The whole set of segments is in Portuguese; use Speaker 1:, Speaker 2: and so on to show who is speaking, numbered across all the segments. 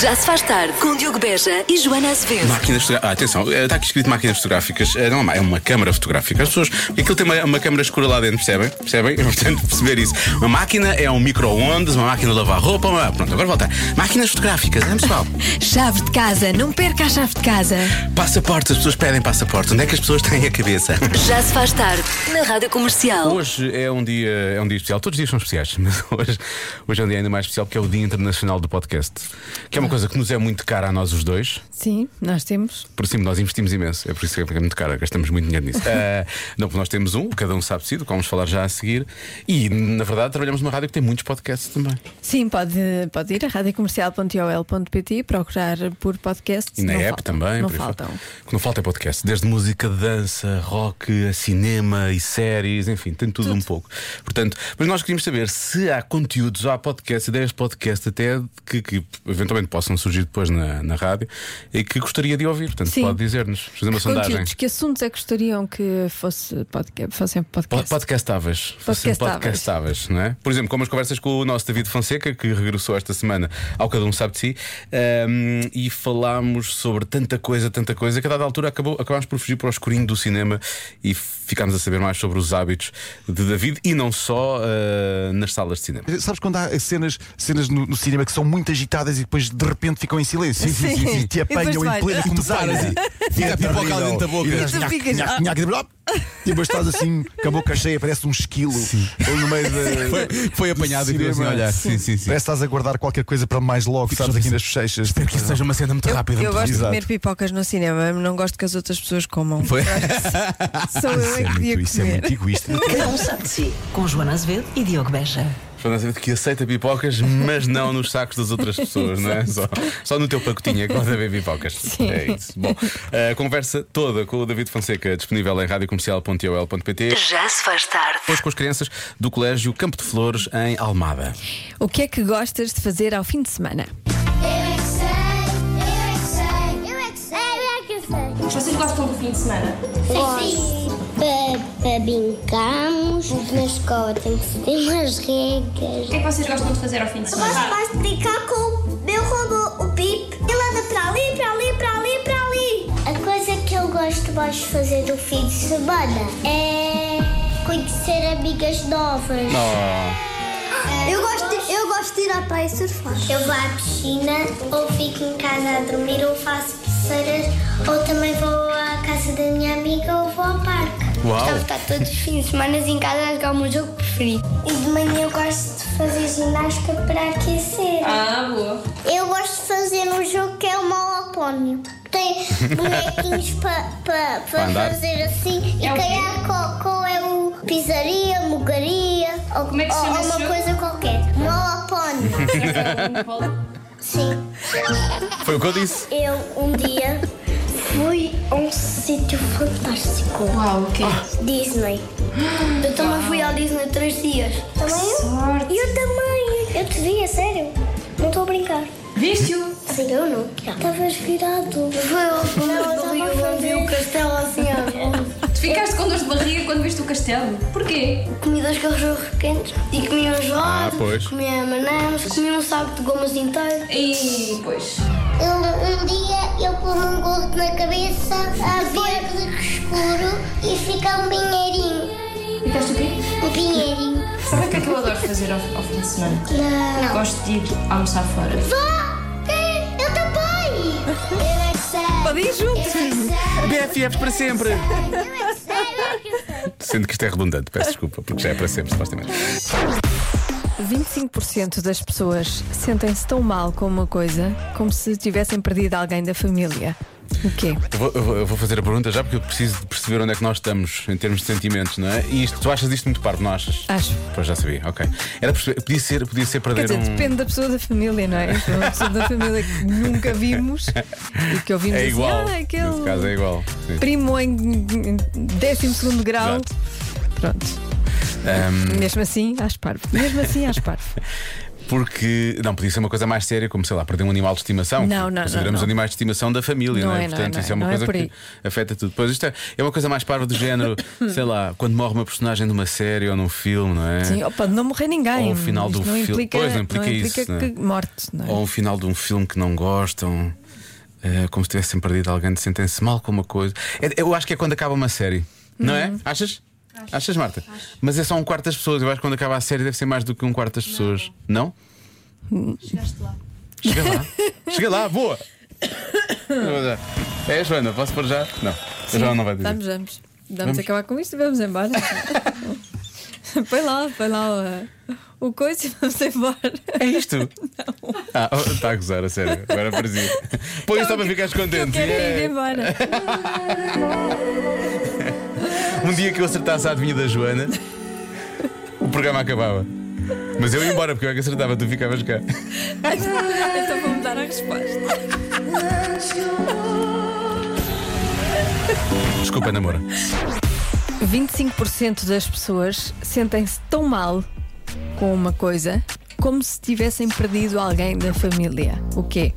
Speaker 1: Já se faz tarde com Diogo Beja e Joana Azevedo.
Speaker 2: Máquinas fotográficas. Ah, atenção, eh, está aqui escrito máquinas fotográficas. Eh, Não é uma- é uma câmara fotográfica. As pessoas. porque Aquilo tem uma, uma câmara escura lá dentro, percebem? Percebem? É importante perceber isso. Uma máquina é um micro-ondas, uma máquina de lavar roupa. Uma... Pronto, agora voltar. Máquinas fotográficas, é pessoal?
Speaker 1: Chave de casa, não perca a chave de casa.
Speaker 2: Passaportes, as pessoas pedem passaportes. Onde é que as pessoas têm a cabeça?
Speaker 1: Já se faz tarde na Rádio Comercial.
Speaker 2: Hoje é um dia, é um dia especial. Todos os dias são especiais, mas hoje, hoje é um dia ainda mais especial porque é o Dia Internacional do Podcast. Que é uma coisa que nos é muito cara a nós os dois.
Speaker 3: Sim, nós temos.
Speaker 2: Por cima, nós investimos imenso. É por isso que é muito caro, gastamos muito dinheiro nisso. Ah, não, porque nós temos um, cada um sabe si, do que vamos falar já a seguir. E, na verdade, trabalhamos numa rádio que tem muitos podcasts também.
Speaker 3: Sim, pode, pode ir a radiocomercial.ol.pt e procurar por podcasts.
Speaker 2: E na
Speaker 3: não
Speaker 2: app
Speaker 3: faltam,
Speaker 2: também.
Speaker 3: Não
Speaker 2: por aí fora.
Speaker 3: faltam.
Speaker 2: O que não falta é podcast. Desde música, dança, rock, a cinema e séries, enfim, tem tudo, um pouco. Portanto, mas nós queríamos saber se há conteúdos, há podcasts, ideias de podcast até que, que eventualmente possam surgir depois na, na rádio e que gostaria de ouvir. Portanto,
Speaker 3: Sim.
Speaker 2: pode dizer-nos, fazer uma
Speaker 3: Que
Speaker 2: sondagem.
Speaker 3: Conteúdos, que assuntos é que gostariam que fosse podca- fossem
Speaker 2: Po-
Speaker 3: podcast?
Speaker 2: Podcastáveis. Fossem Podcastáveis, um não é? Por exemplo, como as conversas com o nosso David Fonseca, que regressou esta semana ao Cada Um Sabe de Si, ahm, e falámos sobre tanta coisa, tanta coisa, que a dada altura acabou, acabámos por fugir para o escurinho do cinema e ficámos a saber mais sobre os hábitos de David e não só ah, nas salas de cinema.
Speaker 4: Sabes quando há cenas, cenas no, no cinema que são muito agitadas e depois de repente ficam em silêncio
Speaker 3: Sim, sim, sim.
Speaker 4: e te
Speaker 3: E depois
Speaker 4: apanham
Speaker 3: vai.
Speaker 4: em plena
Speaker 3: E tu
Speaker 4: começada?
Speaker 5: paras e fica a pipoca ali dentro da boca.
Speaker 4: E,
Speaker 5: E
Speaker 3: tu
Speaker 4: nhac,
Speaker 3: ficas,
Speaker 4: nhac,
Speaker 3: ah.
Speaker 4: nhac, e depois, ah, e depois estás assim com a boca cheia, parece um esquilo ali no meio da.
Speaker 5: Foi, foi apanhado e
Speaker 4: do
Speaker 5: deu assim a
Speaker 4: cinema.
Speaker 5: olhar. Sim, sim, assim.
Speaker 4: Parece que estás a guardar qualquer coisa para mais logo, sabes, aqui nas bochechas.
Speaker 5: Espero que isso seja uma cena muito rápida.
Speaker 6: Eu
Speaker 5: muito
Speaker 6: gosto de
Speaker 5: rápida.
Speaker 6: comer pipocas no cinema, não gosto que as outras pessoas comam.
Speaker 5: Foi.
Speaker 3: Sou eu é que
Speaker 4: muito,
Speaker 3: devia
Speaker 4: isso é
Speaker 3: comer.
Speaker 4: muito egoísta.
Speaker 7: Cada um sabe de si, com Joana Azevedo e Diogo Beja.
Speaker 2: Joana Azevedo que aceita pipocas, mas não nos sacos das outras pessoas, não é? Só, só no teu pacotinho é que pode haver pipocas. É isso. Bom, a conversa toda com o David Fonseca disponível em radiocomercial.ol.pt.
Speaker 1: Já se faz tarde.
Speaker 2: Hoje com as crianças do Colégio Campo de Flores, em Almada.
Speaker 3: O que é que gostas de fazer ao fim de semana?
Speaker 8: Eu é que sei, eu é que sei, eu é que sei, eu é que sei.
Speaker 9: Vocês gostam do fim de semana?
Speaker 8: Para, para brincarmos, na escola tem que ter umas regras.
Speaker 9: O que é que vocês gostam de fazer ao fim de semana?
Speaker 8: mais de brincar com o meu robô, o Pip. Ele anda para ali, para ali, para ali, para ali. A coisa que eu gosto mais de fazer no fim de semana é conhecer amigas novas. Ah, Eu gosto, de, eu gosto de ir à praia surfar. Eu vou à piscina, ou fico em casa a dormir, ou faço pulseiras, ou também vou à casa da minha amiga, ou vou ao parque.
Speaker 2: Uau.
Speaker 8: Gostava de estar tá todos os fins de semana em casa a jogar o meu jogo preferido. E de manhã eu gosto de fazer ginástica para aquecer.
Speaker 9: Ah, boa.
Speaker 8: Eu gosto de fazer um jogo que é o malapónio. Tem bonequinhos para pa,
Speaker 2: Para andar.
Speaker 8: fazer assim e
Speaker 9: É o quê?
Speaker 8: calhar qual, qual é o pisaria, mugaria ou,
Speaker 9: Como é que se
Speaker 8: ou-
Speaker 9: chama
Speaker 8: ou
Speaker 9: esse
Speaker 8: uma
Speaker 9: jogo? Hum.
Speaker 8: coisa qualquer. Malapónio. Sim.
Speaker 2: Foi o que eu disse.
Speaker 8: Eu um dia fui a um sítio fantástico.
Speaker 9: Uau, o quê?
Speaker 8: Disney. Eu também fui ao Disney três dias. Também
Speaker 9: sorte.
Speaker 8: eu? Eu também. Eu te vi, é sério. Não estou a brincar.
Speaker 9: Viste-o?
Speaker 8: Sim, eu não. Estavas virado. Foi eu vi o castelo assim,
Speaker 9: Tu ficaste com dor de barriga quando viste o castelo. Porquê?
Speaker 8: Comi dois cachorros quentes e comi um
Speaker 2: Ah, pois.
Speaker 8: gelado, comi M&M's, comi um saco de gomas inteiro.
Speaker 9: E pois.
Speaker 8: Um, dia eu pus um gordo na cabeça, a verde escuro e fica um pinheirinho.
Speaker 9: Ficaste o quê?
Speaker 8: Um pinheirinho.
Speaker 9: Sabe o que é que eu adoro fazer ao, ao fim de semana?
Speaker 8: Não.
Speaker 9: Gosto de ir almoçar fora.
Speaker 8: Vó! Eu também! Eu é que é sei.
Speaker 3: Podem ir juntos.
Speaker 2: BFFs para sempre.
Speaker 8: Eu é que sei, eu é que sei.
Speaker 2: Sendo que isto é redundante, peço desculpa, porque já é para sempre, supostamente.
Speaker 3: 25% das pessoas sentem-se tão mal com uma coisa como se tivessem perdido alguém da família. O quê?
Speaker 2: Eu vou, eu vou- eu vou fazer a pergunta já porque eu preciso de perceber onde é que nós estamos em termos de sentimentos, não é? E isto, tu achas isto muito parvo, não achas?
Speaker 3: Acho.
Speaker 2: Pois já sabia, ok. Era perceber- podia ser, podia ser
Speaker 3: Quer
Speaker 2: perder
Speaker 3: dizer,
Speaker 2: um.
Speaker 3: depende da pessoa da família, não é? Uma pessoa da família que nunca vimos e que ouvimos
Speaker 2: É igual.
Speaker 3: assim, ah,
Speaker 2: Nesse caso é
Speaker 3: aquele
Speaker 2: igual. Sim.
Speaker 3: primo em 12 grau.
Speaker 2: Exato. Hum.
Speaker 3: Pronto,
Speaker 2: Ahm,
Speaker 3: mesmo assim, acho parvo. Mesmo assim, acho parvo.
Speaker 2: Porque, não, podia ser uma coisa mais séria, como sei lá, perder um animal de estimação.
Speaker 3: Não,
Speaker 2: que
Speaker 3: não,
Speaker 2: Consideramos
Speaker 3: não, não.
Speaker 2: animais de estimação da família,
Speaker 3: Não
Speaker 2: não é?
Speaker 3: é, não,
Speaker 2: Portanto,
Speaker 3: não é,
Speaker 2: isso é uma
Speaker 3: não é
Speaker 2: coisa
Speaker 3: por
Speaker 2: que
Speaker 3: aí.
Speaker 2: afeta tudo. Pois isto é, é uma coisa mais parva do género, sei lá, quando morre uma personagem numa série ou num filme, não é?
Speaker 3: Sim, opa, de não morrer ninguém.
Speaker 2: Ou o final
Speaker 3: Isto
Speaker 2: do
Speaker 3: não
Speaker 2: filme.
Speaker 3: implica,
Speaker 2: Pois, não implica isso,
Speaker 3: que
Speaker 2: não é?
Speaker 3: morte, não é?
Speaker 2: Ou um final de um filme que não gostam, eh, como se tivessem perdido alguém, sentem-se mal com uma coisa. É- Eu acho que é quando acaba uma série, não é? Achas? Achas, Marta? Mas é só um quarto das pessoas. Eu acho que quando acaba a série deve ser mais do que um quarto das pessoas. Não?
Speaker 9: Chegaste lá.
Speaker 2: Chega lá. Chega lá, boa! É, Joana, posso pôr já? Não, a Joana não vai dizer.
Speaker 3: Vamos, vamos. Vamos,
Speaker 2: Vamos?
Speaker 3: acabar com isto e vamos embora. põe lá, põe lá uh, o, o coisa e vamos embora.
Speaker 2: É isto? Ah, está a gozar, a sério. Agora parecia. Põe isto só para ficares
Speaker 3: Tá Então, Eu
Speaker 2: contente. É.
Speaker 3: quero ir
Speaker 2: Yeah.
Speaker 3: embora.
Speaker 2: Um dia que eu acertasse a adivinha da Joana, o programa acabava. Mas eu ia embora, porque eu é que acertava, tu ficavas cá.
Speaker 3: então vou mudar a resposta.
Speaker 2: Desculpa, namora.
Speaker 3: 25% das pessoas sentem-se tão mal com uma coisa como se tivessem perdido alguém da família. O quê?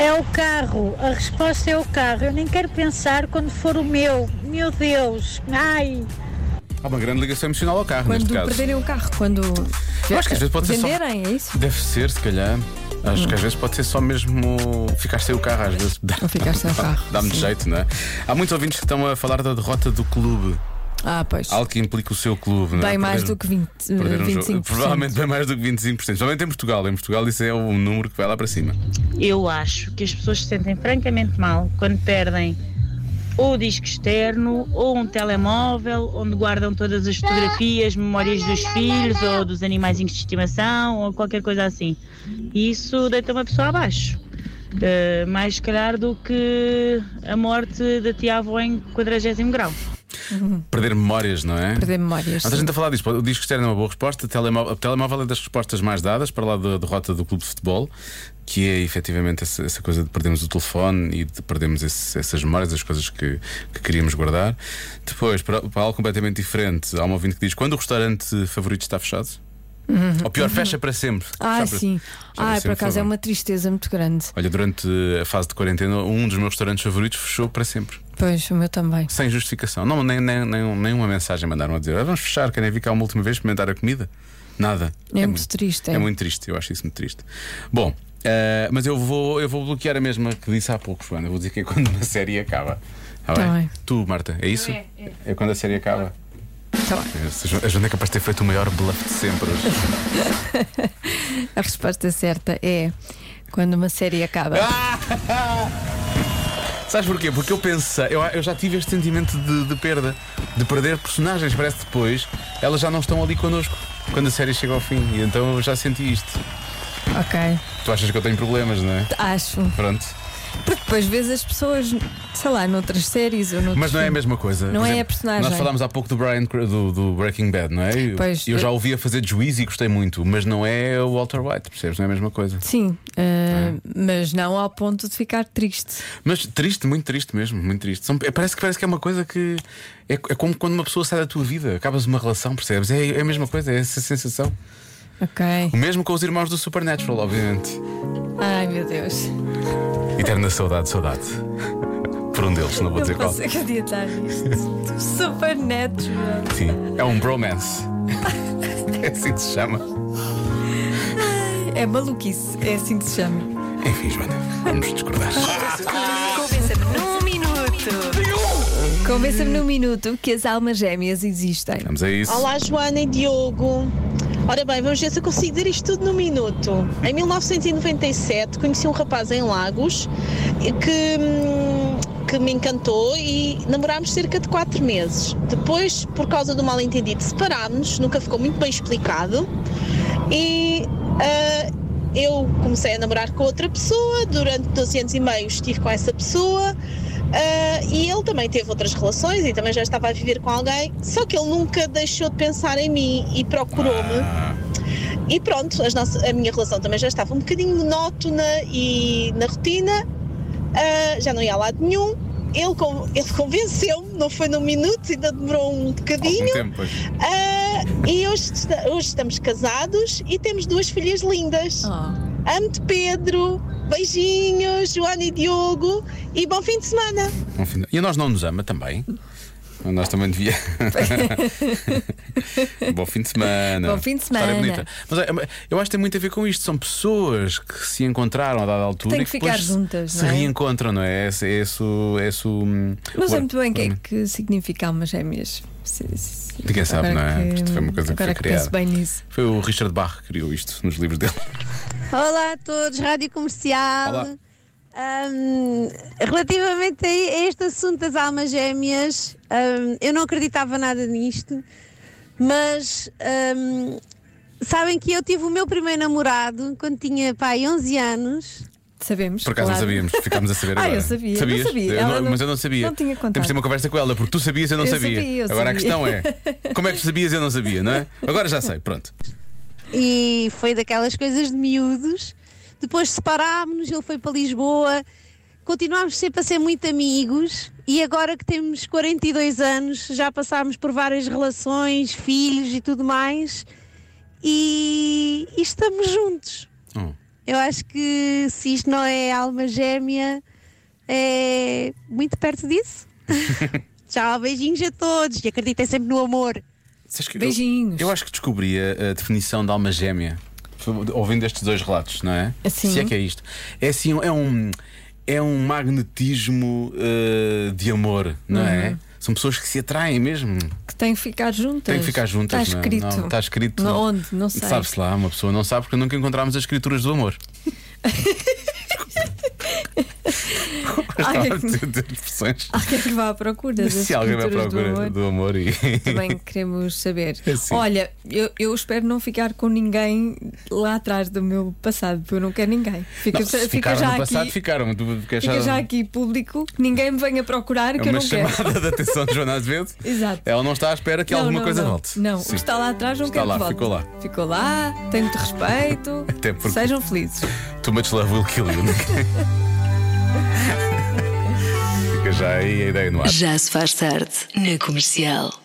Speaker 10: É o carro, a resposta é o carro. Eu nem quero pensar quando for o meu. Meu Deus, ai.
Speaker 2: Há uma grande ligação emocional ao carro,
Speaker 3: Quando
Speaker 2: neste caso.
Speaker 3: perderem o carro, quando
Speaker 2: Eu acho que às vezes pode ser só-
Speaker 3: venderem, é isso?
Speaker 2: Deve ser, se calhar. Acho que às vezes pode ser só mesmo ficar sem o carro, às vezes.
Speaker 3: Ou ficar sem o carro.
Speaker 2: Dá-me
Speaker 3: Sim.
Speaker 2: jeito, não é? Há muitos ouvintes que estão a falar da derrota do clube.
Speaker 3: Ah, pois.
Speaker 2: Algo que implica o seu clube, não é?
Speaker 3: Bem mais
Speaker 2: Perder-
Speaker 3: do que eh, 20,
Speaker 2: perder um jogo.
Speaker 3: 25%.
Speaker 2: Provavelmente bem mais do que 25%. Principalmente em Portugal. Em Portugal, isso é o número que vai lá para cima.
Speaker 10: Eu acho que as pessoas se sentem francamente mal quando perdem ou o disco externo ou um telemóvel onde guardam todas as fotografias, memórias dos filhos ou dos animais de estimação ou qualquer coisa assim. E isso deita uma pessoa abaixo. Eh, mais se calhar do que a morte da tia-avó em 40 grau.
Speaker 2: Perder memórias, não é?
Speaker 3: Perder memórias.
Speaker 2: Há muita gente a falar disso. O disco externo é uma boa resposta. O telemóvel, o telemóvel é das respostas mais dadas para lá da derrota do clube de futebol, que é efetivamente essa, essa coisa de perdermos o telefone e de perdermos esse- essas memórias, as coisas que, que queríamos guardar. Depois, para, para algo completamente diferente, há um ouvinte que diz: quando o restaurante favorito está fechado, ou pior, fecha para sempre.
Speaker 3: Ah,
Speaker 2: Fecha para-
Speaker 3: sim.
Speaker 2: Já
Speaker 3: Ah,
Speaker 2: me
Speaker 3: por acaso
Speaker 2: foi
Speaker 3: é
Speaker 2: bom.
Speaker 3: uma tristeza muito grande.
Speaker 2: Olha, durante a fase de quarentena, um dos meus restaurantes favoritos fechou para sempre.
Speaker 3: Pois, o meu também.
Speaker 2: Sem justificação. Não, nem, nem, nem, nenhuma mensagem mandaram a dizer. "Ah, Vamos fechar, querem vir cá uma última vez experimentar a comida? Nada.
Speaker 3: É, muito, triste.
Speaker 2: É muito triste, eu acho isso muito triste. Bom, eh, mas eu vou, eu vou bloquear a mesma que disse há pouco, Joana. Vou dizer que é quando uma série acaba. Tá
Speaker 3: Tá bem.
Speaker 2: Tu, Marta, é isso? É, quando a série acaba.
Speaker 3: Tá bem.
Speaker 2: A Joana é capaz de ter feito o maior bluff de sempre hoje.
Speaker 3: A resposta certa é quando uma série acaba.
Speaker 2: Ah! Sabes porquê? Porque eu pensei, eu, eu já tive este sentimento de, de perda, de perder personagens. Parece que depois elas já não estão ali connosco quando a série chega ao fim. E então eu já senti isto.
Speaker 3: Ok.
Speaker 2: Tu achas que eu tenho problemas, não é?
Speaker 3: Acho.
Speaker 2: Pronto.
Speaker 3: Porque depois vês as pessoas, sei lá, noutras séries ou noutros
Speaker 2: Mas não é a
Speaker 3: filmes.
Speaker 2: mesma coisa.
Speaker 3: Não
Speaker 2: Por
Speaker 3: é a personagem.
Speaker 2: Nós falámos há pouco do Brian Cra- do, do Breaking Bad, não é? Eu-
Speaker 3: Pois,
Speaker 2: eu já
Speaker 3: eu-
Speaker 2: ouvi a fazer de juiz e gostei muito, mas não é o Walter White, percebes? Não é a mesma coisa.
Speaker 3: Sim, eh,
Speaker 2: É.
Speaker 3: mas não ao ponto de ficar triste.
Speaker 2: Mas triste, muito triste mesmo, muito triste. São- é- parece, que, parece que é uma coisa que. É, é como quando uma pessoa sai da tua vida, acabas uma relação, percebes? É, é a mesma coisa, é essa sensação.
Speaker 3: Ok.
Speaker 2: O mesmo com os irmãos do Supernatural, obviamente.
Speaker 3: Ai meu Deus.
Speaker 2: Eterna saudade, saudade. Por um deles, não vou dizer
Speaker 3: Não
Speaker 2: qual.
Speaker 3: posso acreditar nisto. Super netos, meu.
Speaker 2: Sim, é um bromance. É assim que se chama.
Speaker 3: É maluquice, é assim que se chama.
Speaker 2: Enfim, Joana, vamos discordar.
Speaker 1: Convença-me num minuto.
Speaker 3: Convença-me num minuto que as almas gêmeas existem.
Speaker 2: Vamos a isso.
Speaker 10: Olá, Joana e Diogo. Ora bem, vamos ver se eu consigo dizer isto tudo num minuto. Em 1997 conheci um rapaz em Lagos que, hum, que me encantou e namorámos cerca de 4 meses. Depois, por causa do mal-entendido, separámos, nunca ficou muito bem explicado. E ah, eu comecei a namorar com outra pessoa, durante 12 anos e meio estive com essa pessoa. ah, e ele também teve outras relações e também já estava a viver com alguém, só que ele nunca deixou de pensar em mim e procurou-me. E pronto, as nossas- a minha relação também já estava um bocadinho monótona e na rotina, ah, já não ia a lado nenhum. Ele, con- ele convenceu-me, não foi num minuto, ainda demorou um
Speaker 2: Algum
Speaker 10: bocadinho.
Speaker 2: tempo, pois.
Speaker 10: Ah, e hoje, esta- hoje estamos casados e temos duas filhas
Speaker 3: Oh.
Speaker 10: lindas.
Speaker 3: Ah.
Speaker 10: Amo-te, Pedro. Beijinhos, Joana e Diogo. E bom fim de semana.
Speaker 2: Um fim de- E a nós não nos ama também. Nós também devia. Bom fim de semana.
Speaker 3: Bom fim de semana.
Speaker 2: História bonita. Mas é, eu acho que tem muito a ver com isto. São pessoas que se encontraram a dada altura
Speaker 3: Têm
Speaker 2: e
Speaker 3: que
Speaker 2: depois
Speaker 3: ficar juntas,
Speaker 2: Se
Speaker 3: não é?
Speaker 2: reencontram, não é? Esse, esse, o- esse, o-
Speaker 3: Não sei
Speaker 2: o-
Speaker 3: muito bem o que é que significa almas gêmeas. Se- se-
Speaker 2: Ninguém sabe,
Speaker 3: agora
Speaker 2: não é?
Speaker 3: que-
Speaker 2: Isto foi uma coisa que
Speaker 3: agora
Speaker 2: foi criada.
Speaker 3: penso bem nisso.
Speaker 2: Foi o Richard Bach que criou isto nos livros dele.
Speaker 11: Olá a todos, Rádio Comercial.
Speaker 2: Olá.
Speaker 11: Ahm, relativamente a este assunto das almas gêmeas, ahm, eu não acreditava nada nisto, mas ahm, sabem que eu tive o meu primeiro namorado quando tinha pai 11 anos.
Speaker 3: Sabemos.
Speaker 2: Por acaso não sabíamos, ficámos a saber
Speaker 11: Ah,
Speaker 2: agora.
Speaker 11: eu sabia, não
Speaker 2: Sabias?
Speaker 11: sabia.
Speaker 2: Eu
Speaker 11: Ela
Speaker 2: não-
Speaker 11: não-
Speaker 2: mas eu não sabia.
Speaker 11: não tinha contado.
Speaker 2: Temos de ter uma conversa com ela, porque tu sabias e eu não
Speaker 11: Eu
Speaker 2: sabia.
Speaker 11: sabia, eu
Speaker 2: agora a
Speaker 11: sabia.
Speaker 2: questão é: como é que tu sabias e eu não sabia, não é? Agora já sei, pronto.
Speaker 11: E foi daquelas coisas de miúdos. Depois separámos-nos, ele foi para Lisboa. Continuámos sempre a ser muito amigos. E agora que temos 42 anos, já passámos por várias relações, filhos e tudo mais. E, e estamos juntos.
Speaker 2: Hum.
Speaker 11: Eu acho que se isto não é alma gêmea, é muito perto disso. Tchau, beijinhos a todos e acreditem sempre no amor.
Speaker 2: Sabes que eu-
Speaker 11: Beijinhos.
Speaker 2: Eu, acho que descobri a, a definição de alma gêmea, foi ouvindo estes dois relatos, não é?
Speaker 11: Sim.
Speaker 2: Se é que é isto. É assim, é um, é um magnetismo eh, de amor, não é?
Speaker 3: Uhum.
Speaker 2: São pessoas que se atraem mesmo.
Speaker 3: Que têm que ficar juntas.
Speaker 2: Têm que ficar juntas,
Speaker 11: Tá
Speaker 3: Está
Speaker 2: não é?
Speaker 3: escrito.
Speaker 2: Não, está escrito.
Speaker 3: Não, onde? Não sei.
Speaker 2: Sabe-se lá, uma pessoa não sabe porque nunca encontramos as escrituras do amor.
Speaker 3: Ai,
Speaker 2: Gostava de ter- ter expressões.
Speaker 3: Alguém que vá à procura das
Speaker 2: Se alguém vai à
Speaker 3: escrituras
Speaker 2: procura do É assim. amor,
Speaker 3: do amor.
Speaker 2: e.
Speaker 3: Também queremos saber.
Speaker 2: Sim.
Speaker 3: Olha, eu, eu espero não ficar com ninguém lá atrás do meu passado, porque eu não quero ninguém. Fica,
Speaker 2: Não, se
Speaker 3: fica
Speaker 2: ficaram
Speaker 3: já
Speaker 2: no passado,
Speaker 3: aqui.
Speaker 2: ficaram. Tu queres
Speaker 3: Fica
Speaker 2: já-
Speaker 3: já aqui público, que ninguém me venha procurar
Speaker 2: É
Speaker 3: que eu
Speaker 2: uma
Speaker 3: não
Speaker 2: chamada
Speaker 3: quero.
Speaker 2: de atenção de Joana Azevedo.
Speaker 3: Exato.
Speaker 2: Ela não está à espera que
Speaker 3: Não,
Speaker 2: alguma
Speaker 3: não,
Speaker 2: coisa
Speaker 3: não.
Speaker 2: volte.
Speaker 3: Não, o
Speaker 2: Sim.
Speaker 3: que está lá atrás não
Speaker 2: Está
Speaker 3: quero
Speaker 2: lá,
Speaker 3: que volte.
Speaker 2: ficou lá.
Speaker 3: Ficou lá, tenho muito respeito.
Speaker 2: Até porque-
Speaker 3: Sejam felizes.
Speaker 2: Too much love will kill you. Fica já aí a ideia no ar.
Speaker 7: Já se faz tarde na comercial.